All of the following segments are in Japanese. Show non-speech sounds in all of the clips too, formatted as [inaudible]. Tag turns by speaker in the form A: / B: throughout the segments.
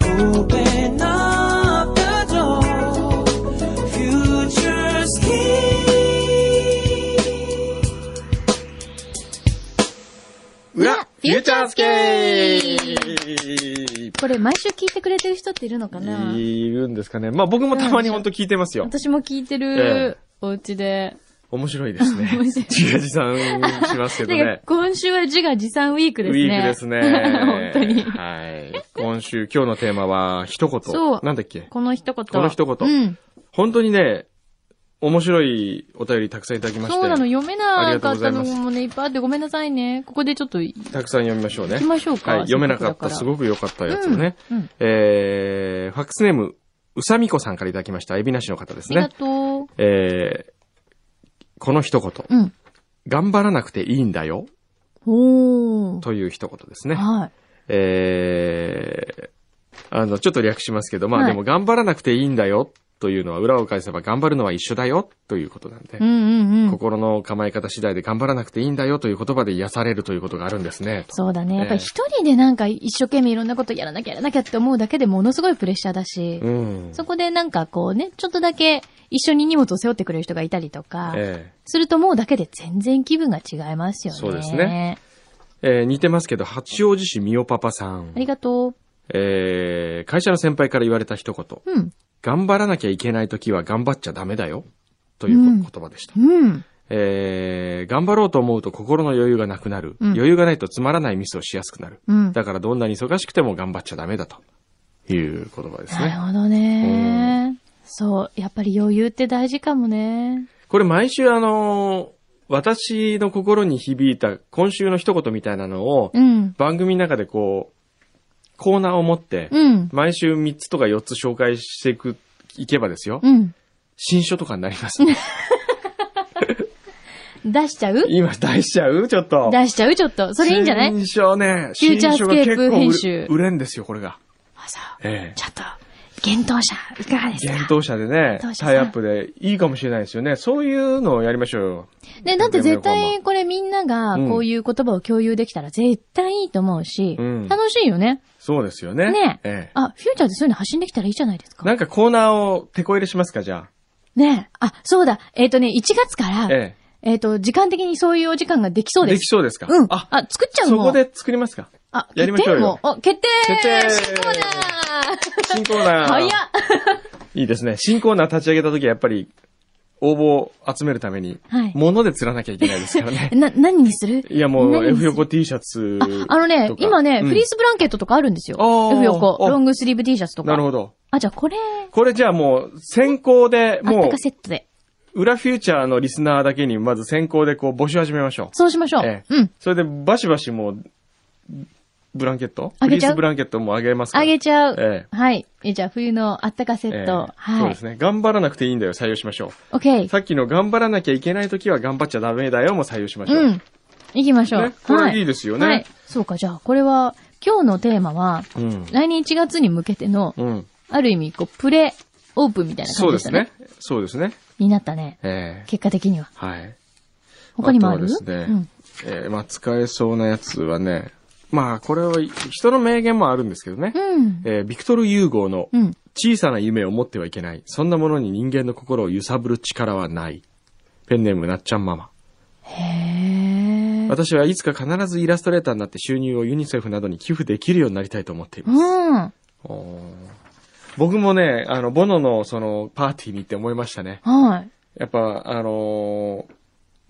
A: Open up the door. Future's key.
B: 裏フューチャースケ
C: これ毎週聞いてくれてる人っているのかな、
B: ーいるんですかね。まあ僕もたまにほんと聞いてますよ。
C: 私も聞いてる、お
B: [laughs]
C: 家で。
B: 面白いですね。
C: [laughs] 面白い
B: 自画自賛しますけど
C: なん
B: ね
C: か。今週は自画自賛ウィーク
B: ウ
C: です
B: ィ
C: ね。。
B: ークですね
C: 本当に。
B: はい。今週、今日のテーマは、一言。
C: そう
B: なんだっけ
C: この一言。
B: この一言
C: うん。
B: 本当にね、面白いお便りたくさんいただきまして。
C: そうなの、読めなかった
B: ありがとう
C: の
B: ござい
C: もね、いっぱいあってごめんなさいね。ここでちょっと行
B: たくさん読みましょうね
C: き。ましょうか。
B: はい。読めなかった、
C: せ
B: す
C: くだ
B: ごく良かったやつをね。
C: ら。うん。
B: えー、ファックスネーム、うさみこさんからいただきました。エビなしの方で
C: あ
B: す
C: りが
B: ね。
C: とう。
B: えー、この一言。
C: うん。
B: 頑張らなくていいんだよ。
C: おー。
B: という一言ですね。
C: はい。
B: えー、あの、ちょっと略しますけど、まあ
C: はい
B: でも頑張らなくていいんだよ。というのは、裏を返せば頑張るのは一緒だよ。ということなんで
C: う。んうんうん。
B: 心の構え方次第で頑張らなくていいんだよという言葉で癒されるということがあるんですね。
C: そうだね。やっぱ
B: ええ
C: り一人でなんか一生懸命いろんなことやらなきゃやらなきゃって思うだけでものすごいプレッシャーだし。
B: うん。
C: そこでなんかこうね、ちょっとだけ一緒に荷物を背負ってくれる人がいたりとか、
B: え
C: するともうだけで全然気分が違いますよね。
B: そうですね。ええー似てますけど、八王子市みおパパさん
C: あ。りがとう。
B: えー会社の先輩から言われた一言。
C: うん。
B: 頑張らなきゃいけないときは頑張っちゃダメだよ。というこ言葉でした。
C: うん。
B: えー頑張ろうと思うと心の余裕がなくなる。
C: うん
B: 余裕がないとつまらないミスをしやすくなる。
C: うん。
B: だからどんなに忙しくても頑張っちゃダメだという言葉です
C: なる
B: ね。
C: ほどね。そう。やっぱり余裕って大事かもね。
B: これ毎週あのー私の心に響いた今週の一言みたいなのを
C: うん。
B: 番組の中でこうコーナーを持って
C: うん。
B: 毎週3つとか4つ紹介していく、いけばですよ。
C: うん。
B: 新書とかになりますね。
C: 出しちゃう
B: 今出しちゃうちょっと。
C: 出しちゃうちょっと。それいいんじゃない
B: 新書ね。
C: フューチャースケ
B: 新書
C: ープ
B: が結構売れ
C: 編集
B: 売れんですよ、これが。
C: あ、そう。
B: ええ。
C: ちょっと、幻冬者、いかがです
B: 幻
C: か
B: 冬者でね
C: 幻冬、者さん
B: タイアップでいいかもしれないですよね。そういうのをやりましょうよ。
C: ね、だって絶対これみんなが
B: うん
C: こういう言葉を共有できたら絶対いいと思うし、
B: うん
C: 楽しいよね。
B: そうですよね。
C: ね
B: ええ。
C: あ、フューチャーでそういうの発信できたらいいじゃないですか。
B: なんかコーナーを手こ入れしますか、じゃ
C: ねえ。あ、そうだ。えっ、とね、1月から
B: あ。、え
C: えっ、と、時間的にそういうお時間ができそ
B: え。
C: う
B: で
C: で
B: き
C: す。
B: そうですか
C: うん。あ
B: あ、、
C: 作っちゃう
B: そ
C: もん。
B: こ、で作ります
C: [laughs]
B: か。
C: あ、
B: やりましょうよ
C: 決定もお、決定
B: 決定
C: 新コーナー
B: 新コーナー。
C: 早っ
B: いいですね。新コーナー立ち上げた時はやっぱり、応募を集めるために、
C: はい。
B: 物で釣らなきゃいけないですからね
C: [laughs] な、何にする
B: いやもう、
C: 何に
B: F
C: する
B: 横 T シャツとか。
C: あのね、今ね、
B: うん
C: フリースブランケットとかあるんですよ。
B: あー
C: F 横、
B: あ
C: ロングスリーブ T シャツとか。
B: なるほど。
C: あ、じゃあこれ、
B: これじゃあもう、先行で、
C: あった
B: も
C: かセットで。
B: う、裏フューチャーのリスナーだけに、まず先行でこう募集始めましょう。
C: そうしましょう。
B: ええ
C: うん。
B: それで、バシバシもう、ブランケット
C: あ
B: フリ
C: げ
B: ー
C: ちゃう
B: スブランケットもあげますから。
C: あげちゃう。
B: え
C: はい。えじゃあ、冬のあったかセ
B: え
C: ッ
B: え
C: ト。
B: え
C: はい。
B: そうですね。頑張らなくていいんだよ、採用しましょ
C: OK
B: う。。さっきの頑張らなきゃいけないときは頑張っちゃダメだよも採用しましょう。
C: う。ん。行きましょう。
B: ねこれいいですよね
C: はい。そうか、じゃあ、これは、今日のテーマは、
B: うん。
C: 来年1月に向けての、
B: うん。
C: ある意味、こう、プレオープンみたいな
B: そ
C: 感
B: う
C: じで
B: で
C: した
B: す
C: ね。
B: ね。そうですね。
C: になったね。
B: ええ
C: 結果的には。
B: はい。
C: 他にもある
B: とはですね、
C: うん。
B: えーまあ使えそうなやつはね、まあこれはい人の名言もあるんですけどね、
C: うん。
B: えービクトル・ユーゴーの
C: うん。
B: 小さな夢を持ってはいけない、そんなものに人間の心を揺さぶる力はない。ペンネームなっちゃんママ。
C: へえ。
B: 私はいつか必ずイラストレーターになって収入をユニセフなどに寄付できるようになりたいと思っています。
C: うん。
B: おー僕もね、あの、ボノのそのパーティーに行って思いましたね。
C: はい。
B: やっぱ、あのー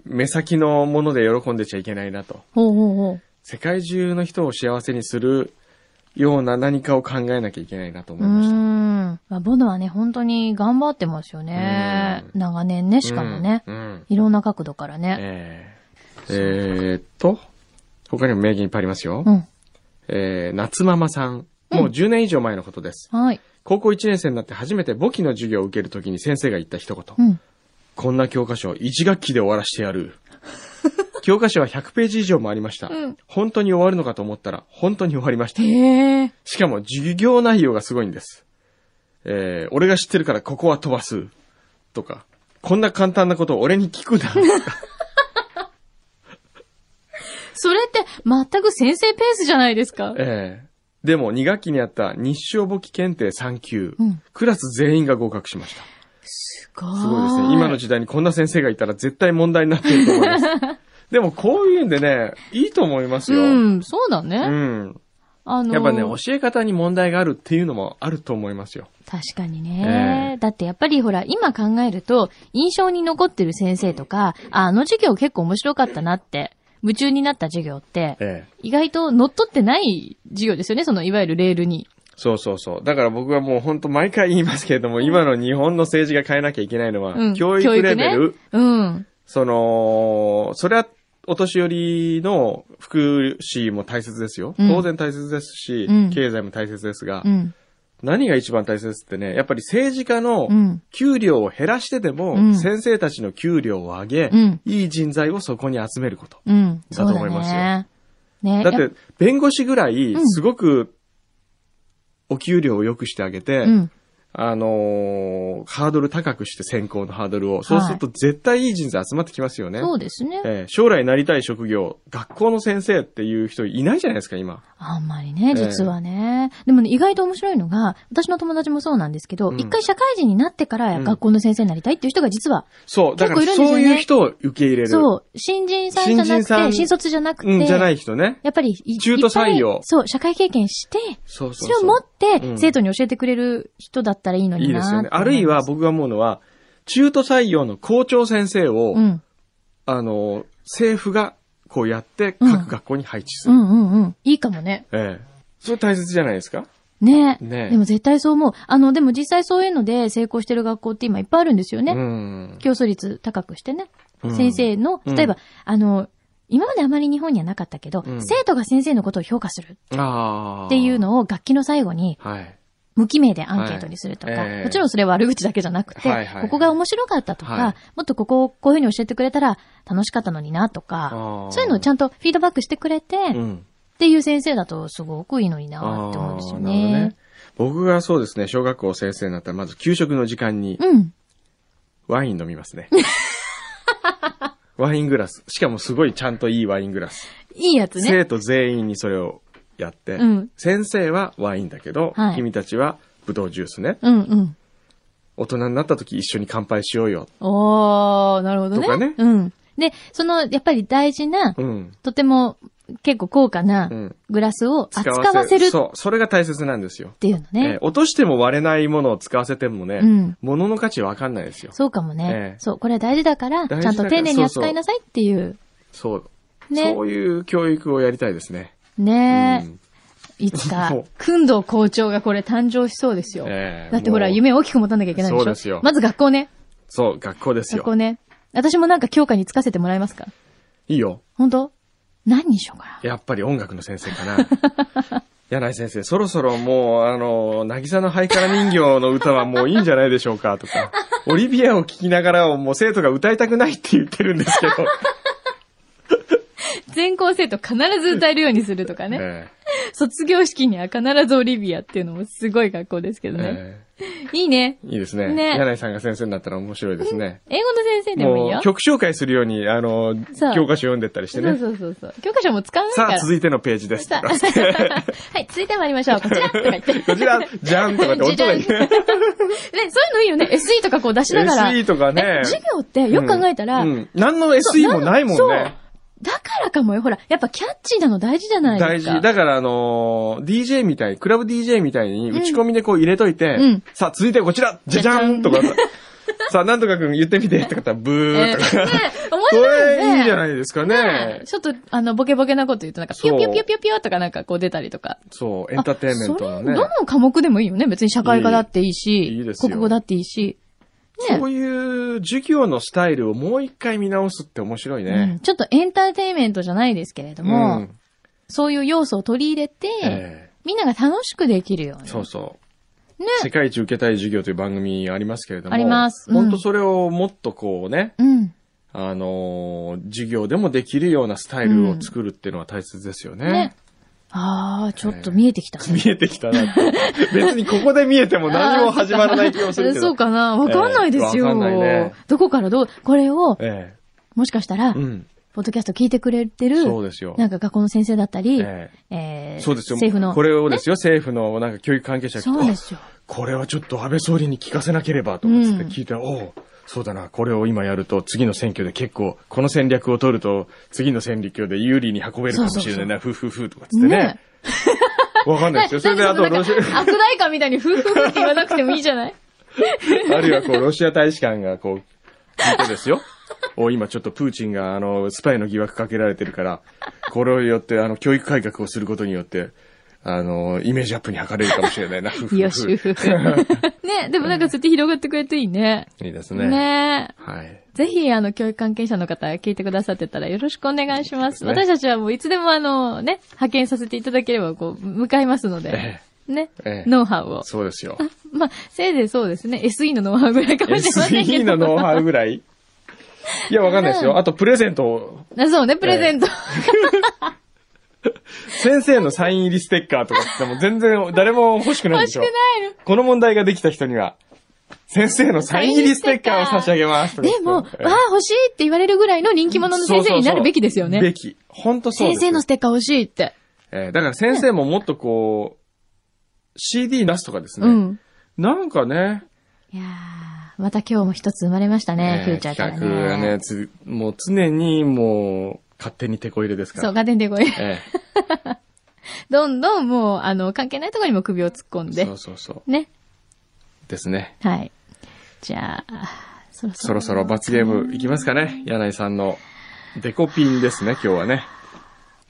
B: 目先のもので喜んでちゃいけないなと。
C: ほうほうほう。
B: 世界中の人を幸せにするような何かを考えなきゃいけないなと
C: う
B: 思
C: ー
B: いました。
C: ん。まあボノはね、本当に頑張ってますよね。長年ね、しかもね。
B: うん。うん
C: いろんな角度からね。
B: えーえーっと、他にも名言いっぱいありますよ。
C: うん。
B: えー夏ママさん。もう10年以上前のことです。
C: はい。
B: 高校1年生になって初めて簿記の授業を受けるときに先生が言った一言。
C: うん。
B: こんな教科書を1学期で終わらしてやる。 [laughs] 教科書は100ページ以上もありました。
C: うん
B: 本当に終わるのかと思ったら、本当に終わりました。
C: へえ。
B: しかも授業内容がすごいんです。えー、俺が知ってるからここは飛ばす。とか、こんな簡単なことを俺に聞くな。
C: それって、全く先生ペースじゃないですか。
B: えー、でも、2学期にあった日照簿記検定3級、
C: うん
B: クラス全員が合格しました。
C: すごい。
B: すごいですね。今の時代にこんな先生がいたら絶対問題になってると思い
C: [laughs]
B: ます。でも、こういうんでね、いいと思いますよ。
C: うん、そうだ
B: う
C: ね。
B: ん。
C: あのー
B: やっぱね、教え方に問題があるっていうのもあると思いますよ。
C: 確かにね、だってやっぱりほら、今考えると、印象に残ってる先生とか、ああの授業結構面白かったなって、夢中になった授業って、
B: ええ。
C: 意外と乗っ取ってない授業ですよね、そのいわゆるレールに。
B: そうそうそう。だから僕はもう本当毎回言いますけれども、今の日本の政治が変えなきゃいけないのは、
C: うん
B: 教育レベル、
C: ね、うん。
B: その、それはお年寄りの福祉も大切ですよ。
C: うん
B: 当然大切ですし、
C: うん
B: 経済も大切ですが、
C: うん。
B: 何が一番大切ってね、やっぱり政治家の
C: うん。
B: 給料を減らしてでも、
C: うん
B: 先生たちの給料を上げ、
C: うん
B: いい人材をそこに集めること。
C: うん。
B: だと思いますよ
C: そうだね。ね
B: だっ、
C: やって
B: 弁護士ぐらい
C: うん、
B: すごく、お給料を良くしてあげて、
C: ぱうん。
B: あのーハードル高くして選考のハードルを。そうすると絶対いい人材集まってきますよね。
C: そうですね。
B: えー将来なりたい職業、学校の先生っていう人いないじゃないですか、今。
C: あんまりね、
B: ええ
C: 実はね。でもね、意外と面白いのが、私の友達もそうなんですけど、
B: うん
C: 一回社会人になってから
B: うん
C: 学校の先生になりたいっていう人が実は、
B: そう。だか
C: 結構
B: ら
C: いるんですよ
B: そ
C: ね
B: ういう人を受け入れる。
C: そう、新人さんじゃ
B: 新
C: な
B: 人さ
C: く
B: ん
C: て、新卒じゃなくて、
B: うん、じゃない人ね。
C: やっぱりい、
B: 中途採用
C: いっぱいそう、社会経験して、
B: そうそう
C: そ
B: そ
C: れ
B: う。
C: を持っ
B: う
C: て、
B: ん
C: 生徒に教えてくれる人だったらいいの
B: い
C: に
B: い
C: な
B: ですよね。
C: って
B: あ
C: 思
B: るいは
C: ます、
B: 僕が思うのは、中途採用の校長先生を、
C: うん。
B: あのー、政府がこうやって各学校に配置す
C: う
B: る。
C: んうんうん。いいかもね。
B: ええそれ大切じゃないですか
C: ね
B: ねえ
C: でも絶対そう思う。あの、でも実際そういうので成功してる学校って今いっぱいあるんですよね。
B: うん。
C: 競争率高くしてね。
B: うん
C: 先生の、
B: うん
C: 例えば、あの、今まであまり日本にはなかったけど、
B: うん
C: 生徒が先生のことを評価する
B: ああ。
C: っていう。のを楽器の最後に
B: はい。
C: 無記名でアンケートにするとか、
B: はいええ
C: もちろんそれは悪口だけじゃなくて、
B: はいはい
C: ここが面白かったとか、
B: はい
C: もっとここをこういうふうに教えてくれたら楽しかったのになと
B: あ
C: か、
B: ー
C: そういうのをちゃんとフィードバックしてくれて、
B: う
C: っ
B: ん。
C: ていう先生だとすごくいいのになって思うんですよね。
B: 僕がそうですね、小学校先生になったら、まず給食の時間に
C: うん。
B: ワイン飲みますね。ワイングラス。しかもすごいちゃんといいワイングラス。
C: いいやつね。
B: 生徒全員にそれをやって、
C: うん
B: 先生はワインだけど、
C: はい
B: 君たちはブドウジュースね。
C: うんうん。
B: 大人になった時一緒に乾杯しようよ。
C: おー、なるほどね。
B: とかね
C: うん。で、その、やっぱり大事な、
B: うん。
C: とても結構高価な
B: うん
C: グラスを扱わせるっ
B: そう。それが大切なんですよ。
C: ていうの
B: えー
C: ね。
B: 落としても割れないものを使わせてもね、
C: うん
B: 物の価値わかんないですよ。
C: そうかも
B: え
C: ね
B: え。
C: そう、これは大事だから、ち
B: 大事だ
C: ゃ
B: から
C: んと丁寧に扱いなさいっていう。
B: そう。
C: ね
B: そういう教育をやりたいですね。
C: ね
B: うん
C: え。いつか
B: そう、
C: くんどう校長がこれ誕生しそうですよ。
B: ええ
C: だってほら、
B: もう
C: 夢を大きく持たなきゃいけないでしょ。
B: そうですよ
C: まず学校ね。
B: そう、学校です
C: 学
B: よ。
C: 校ね。私もなんか教科につかせてもらえますか
B: いいよ。
C: 本当何にしようか
B: やっぱり音楽の先生かな。
C: [laughs]
B: 柳井先生、そろそろもう、あの、渚のハイカラ人形の歌はもういいんじゃないでしょうか、と
C: [laughs]
B: か。オリビアを聴きながらをもう生徒が歌いたくないって言ってるんですけど。
C: な。全校生徒必ず歌えるようにするとかね。
B: え
C: 卒業式には必ずオリビアっていうのもすごい学校ですけ
B: え
C: どね。
B: え
C: いいね。
B: えいいですね
C: ね
B: 柳井さんが先生になったら面白いですね。
C: 英語の先生でもいい
B: も
C: よ
B: う。曲紹介するように、あの、
C: そう
B: 教科書読んでったりして
C: そう
B: ね。
C: そうそうそう。教科書も使わないか
B: さ
C: ら。
B: あ、続いてのページです。
C: さ
B: こ
C: あはい、続いて参りましょう。こちらとか言って。
B: ちら、じゃんとかって音がいい
C: じ
B: ね。
C: ゃね、そういうのいいよね。SE とかこう出しながら。
B: SE とかね。
C: 授業ってよく考えたら、
B: うんうん何の SE もないもん
C: そう
B: ね。
C: だからかもよ。ほら、やっぱキャッチーなの大事じゃないで
B: 大
C: す
B: 事
C: か。。
B: だから、あのー DJ みたい、クラブ DJ みたいに打ち込みでこう入れといて、
C: うん
B: さあ、続いてこちらじゃじゃんとか、さあ、なんとかくん言ってみてとか言ったら、ブーとか。 [laughs]
C: ね、面
B: こ
C: 白いよね。
B: れいいじゃないですかね。
C: ちょっと、あの、ボケボケなこと言うと、なんか、ピ
B: そ
C: ヨ
B: う
C: ピヨピヨピヨピヨとかなんかこう出たりとか。
B: そう、エンターテインメントのね
C: あ。それどの科目でもいいよね。別に社会科だっていいし、
B: いいいいですよ
C: 国語だっていいし。ね
B: そういう授業のスタイルをもう一回見直すって面白い
C: うん
B: ね。
C: ちょっとエンターテインメントじゃないですけれど
B: う
C: も、
B: ん
C: そういう要素を取り入れて、
B: え
C: みんなが楽しくできるよう
B: え
C: に。
B: そうそう。
C: ね。
B: 世界一受けたい授業という番組ありますけれども。
C: ありますうん
B: 本当それをもっとこうね、
C: うん。
B: あのー授業でもできるようなスタイルを作るっていうのは大切ですよね。
C: ね。ああ、ちょっと見えてきた。
B: 見えてきたなって。別にここで見えても何も始まらない気もするけど。
C: [laughs] そうかなわかんないですよ。
B: ええわかんないね
C: どこからどう、これを、
B: え
C: もしかしたら、
B: え。うん。
C: ポッドキャスト聞いてくれてる、
B: そうですよ。
C: なんか学校の先生だったり、
B: え
C: え
B: え
C: ー
B: そうですよ。
C: 政府の。
B: これをですよ、政府のなんか教育関係者が聞いて
C: そうですよ。
B: あこれはちょっと安倍総理に聞かせなければと思って
C: うん
B: 聞いたら、おうそうだな、これを今やると次の選挙で結構、この戦略を取ると次の戦略で有利に運べるかもしれないな、ふうふうふうとかつってね
C: ね。
B: わかんないですよ。それであとロシア、
C: 悪大官みたいに夫婦って言わなくてもいいじ
B: [laughs]
C: ゃない
B: あるいはこう、ロシア大使館がこう、聞いてですよ。お今ちょっとプーチンがあの、スパイの疑惑かけられてるから、これによってあの、教育改革をすることによって、あの、イメージアップに図れるかもしれないな、夫婦。
C: よし、夫婦。 [laughs] ね、でもなんかそうやって広がってくれていいね。
B: いいですね。
C: ね
B: はい。
C: ぜひ、あの、教育関係者の方、聞いてくださってたらよろしくお願いします。
B: そうですね
C: 私たちはもういつでもあの、ね、派遣させていただければ、こう、向かいますので、ね、
B: ええ
C: ノウハウを。
B: そうです
C: [laughs]
B: よ。
C: まあ、せいぜいそうですね、SE のノウハウぐらいかもしれませんけ
B: SE
C: ど。
B: のノウハウぐらいいや、わかんないですよ。あと、プレゼントを、
C: あ [laughs] そうね、プレゼント。
B: 先生のサイン入りステッカーとかっても全然誰も欲しくないで
C: 欲し [laughs]
B: し
C: く
B: ょ
C: ない。の。
B: この問題ができた人には、先生のサイン入りステッカーを差し上げますとか言って。
C: でも、わあ、欲しいって言われるぐらいの人気者の先生になるべきですよね。
B: べき。本当そうで
C: 先
B: す。
C: 生のステッカー欲しいって。
B: えーだから先生ももっとこう、CD 出すとかですね。
C: うん。
B: なんかね、
C: いやー、また今日も一つ生まれましたね、フュ
B: え
C: ーチャーから
B: 企
C: ね。
B: 画がね、つもう常にもう、勝手に手こ入れですか
C: そう、
B: ら。
C: ガデンでこれ。
B: え
C: どんどんもう、あの、関係ないところにも首を突っ込ん
B: え
C: で
B: そ。うそうそう。
C: ね。
B: ですね。
C: はい。じゃあ、そろそ
B: そ
C: ろ。
B: ろそろ罰ゲームいきますかね。柳井さんのデコピンですね、今日はね。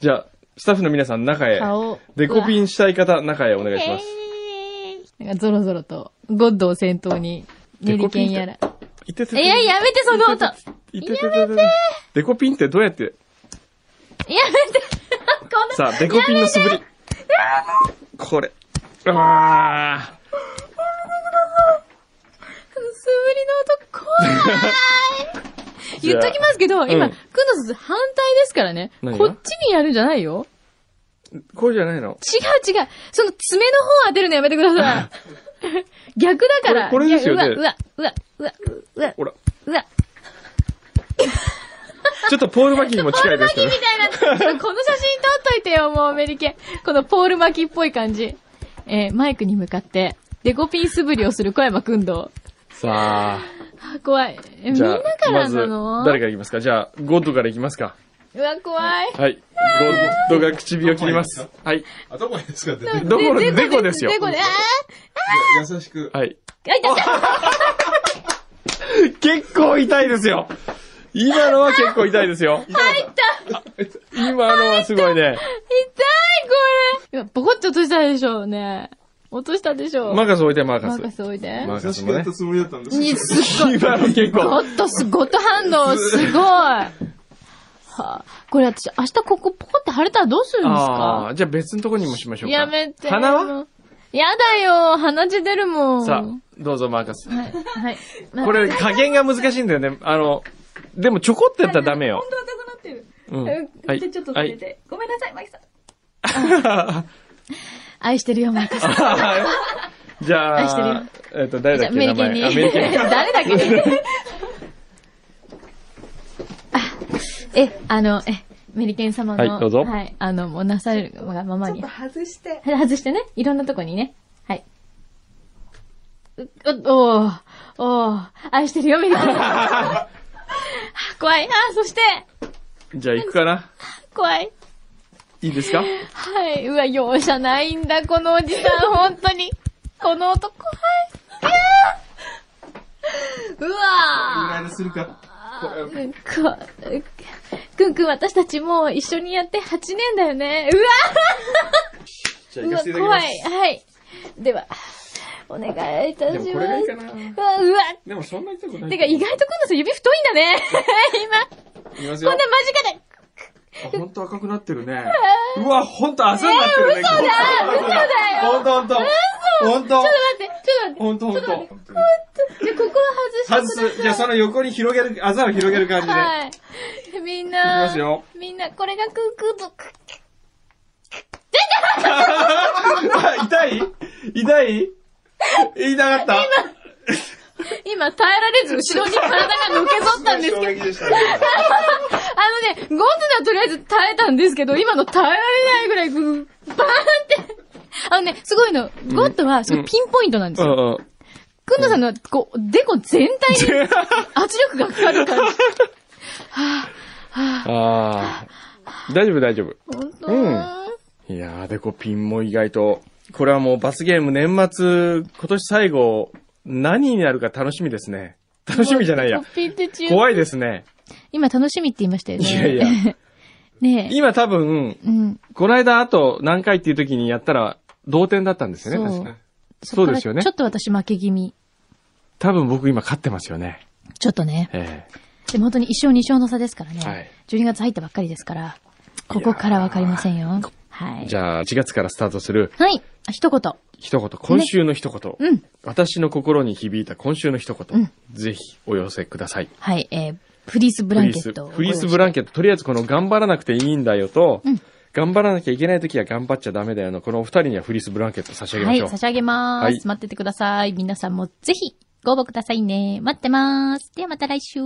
B: じゃあ、スタッフの皆さん中へ。
C: 顔。
B: デコピ
C: ン
B: ンしたい方、中へお願いします。
C: なんかゾロゾロと、ゴッドを先頭に、
B: デ
C: メ
B: コ
C: リ
B: ピ
C: ケ
B: ン
C: ンやら。い
B: いててて
C: や、やめて、その音。や
B: いてててててデコピンってどうやって
C: め
B: [laughs]
C: て。こんな。
B: さあ、デコピンの素振り。これ。うわあ。[laughs]
C: 素振りの音怖い言っときますけど、
B: ん
C: 今、くんのす反対ですからね。こ
B: 何が
C: っちにやるんじゃないよ。
B: これじゃないの
C: 違う違う。その爪の方当てるのやめてくだ
B: [laughs]
C: さい。逆だから。
B: これこれですよね
C: いやうわ、うわ、うわ、うわ、う
B: ほ
C: わ、
B: ら。
C: うわ。
B: ちょっとポール巻きにも近いですけど
C: み。たいな、この写真撮っといてよ、もうアメリケン。このポール巻きっぽい感じ。えーマイクに向かって、デコピン素振りをする小山くんど
B: さあ。
C: う。怖い。えみん
B: じゃ
C: なか
B: あ、ま
C: ら
B: ず
C: なの、
B: 誰からいきますかじゃあ、ゴッドからいきますか。
C: うわ、怖い。
B: はい。ゴッドが唇を切ります。はい。
D: 頭にですかって、
B: どこで、デコですよ。
C: デコで、あー
D: 優しく。
B: はい。
C: あ、痛い痛い
B: 結構痛いですよ。今のは結構痛いですよ。今のはすごいね。
C: 痛い、これ。今、ボコッと落としたでしょうね。落としたでしょう。
B: マーカス置いて、マーカ
C: マ
B: ス
C: ー。カスおいで。
B: マー
D: 優
B: カス
D: し
B: も
D: くや
B: ね
D: っ。たつもりだったんです
C: に、すっごい。
B: 今の結
C: ゴ
B: 構。
C: ッとす、ゴッと反応、すごい。はあ、これ私、明日ここポコって腫れたらどうするんです
B: ああ
C: か
B: ー、じゃあ別のとこにもしましょうか。
C: やめて。
B: 鼻は
C: やだよ、鼻血出るもん。
B: さあ、どうぞマーカス。
C: はい、はい。
B: [laughs] これ加減が難しいんだよね。あの、でもちょこってやったらダメよ。
E: 本当赤くなってる。
B: うん。は
E: で
B: い。
E: ちょっと
B: は
E: 出
B: い。
E: て、ごめんなさい、マキさん。
B: [laughs]
C: 愛してるよ、マーカス。
B: じ
C: 愛してる
B: ゃ
C: よ
B: あ、えっと、誰
C: じ
B: だ
C: ゃ
B: っけ
C: あ、
B: 名
C: メリケン
B: 前。
C: に。
B: あメリケン
C: [laughs] 誰だ
B: [laughs]
C: っけあ、え、あの、え、メリケン様の、
B: はいどうぞ
C: はい、あの、もうなされるがままに。
E: 外して。
C: [laughs] 外してね、いろんなとこにね。はい。うおおーおー愛してるよ、メリケン。あ [laughs] 怖い。あ、そして、
B: じゃあ行くかな。
C: 怖い。
B: いいですか
C: はい。うわ、容赦ないんだ、このおじさん、本当に。この男、怖い。いやーうわー
D: イライラするか。
C: うんこくんくん、私たちもう一緒にやって8年だよね。
D: じゃあ
C: う
D: 行
C: わ
D: かせて
C: うわ、
D: いただきま
C: 怖
D: す。
C: い。はい。では、お願いいたし
B: で
C: ま
B: も
C: す。
B: これがいいかな。
C: うわ、うわ。
B: でもそんな痛くない。
C: てか、意外とくんのさん指太いんだね。今、
B: いきます
C: こ
B: よ
C: んな。間近で。
B: あほんと赤くなってるね。うわ、ほんと朝になってるね。
C: 嘘だよ。
B: ほんとほんと。ほんと。
C: ちょっと待って、ちょっと待
B: ほんとほんと。
C: って。じゃあ、ここは
B: 外
C: 外して
B: す。じゃあその横に広げる、あざを広げる感じで。
C: はい。みん
B: いきま
C: な
B: すよ、
C: みんな、これがくんくんと、く
B: [laughs] あ痛い痛い痛かった
C: 今今耐えられず後ろに体がのけぞったんですけど
D: 衝、撃でしたね。
C: あのね、ゴンズはとりあえず耐えたんですけど、今の耐えられないぐらい、ぐーバーンって。あのね、すごいの、ゴッドは、すごいピンポイントなんです
B: う
C: よ。
B: んうん。
C: くんどさんのは、こう、デコ全体に圧力がかかる感
B: [laughs]
C: じ。
B: ああ。大丈夫、大丈夫。
C: 本当、
B: いやー、デコピンも意外と、これはもう罰ゲーム年末、今年最後、何になるか楽しみですね。楽しみじゃないや
C: コ。ピーって中
B: 怖いですね。
C: 今楽しみって言いましたよね。
B: いやいや。
C: [laughs] ねえ。
B: 今多分、
C: うん。
B: この間あと何回っていう時にやったら、同点だったんですよね、
C: そう
B: 確か。そうですよね
C: こからちょっと私負け気味。
B: 多分僕今勝ってますよね。
C: ちょっとね。
B: ええ
C: でも本当に一勝二勝の差ですからね。
B: はい
C: 12月入ったばっかりですから、ここからわかりませんよ。はい。
B: じゃあ、4月からスタートする、
C: はい。あ一言。
B: 一言、今週の一言、
C: うん。
B: 私の心に響いた今週の一言、
C: うん
B: ぜひお寄せください。
C: はい、えー、フリースブランケットを
B: フリース。フリースブランケット、とりあえずこの頑張らなくていいんだよと、
C: うん
B: 頑張らなきゃいけない時は頑張っちゃダメだよの、このお二人にはフリースブランケット差し上げ
C: は
B: ましょ
C: い、
B: う。
C: 差し上げます。
B: はい
C: 待っててください。皆さんもぜひご応募くださいね。待ってます。ではまた来週。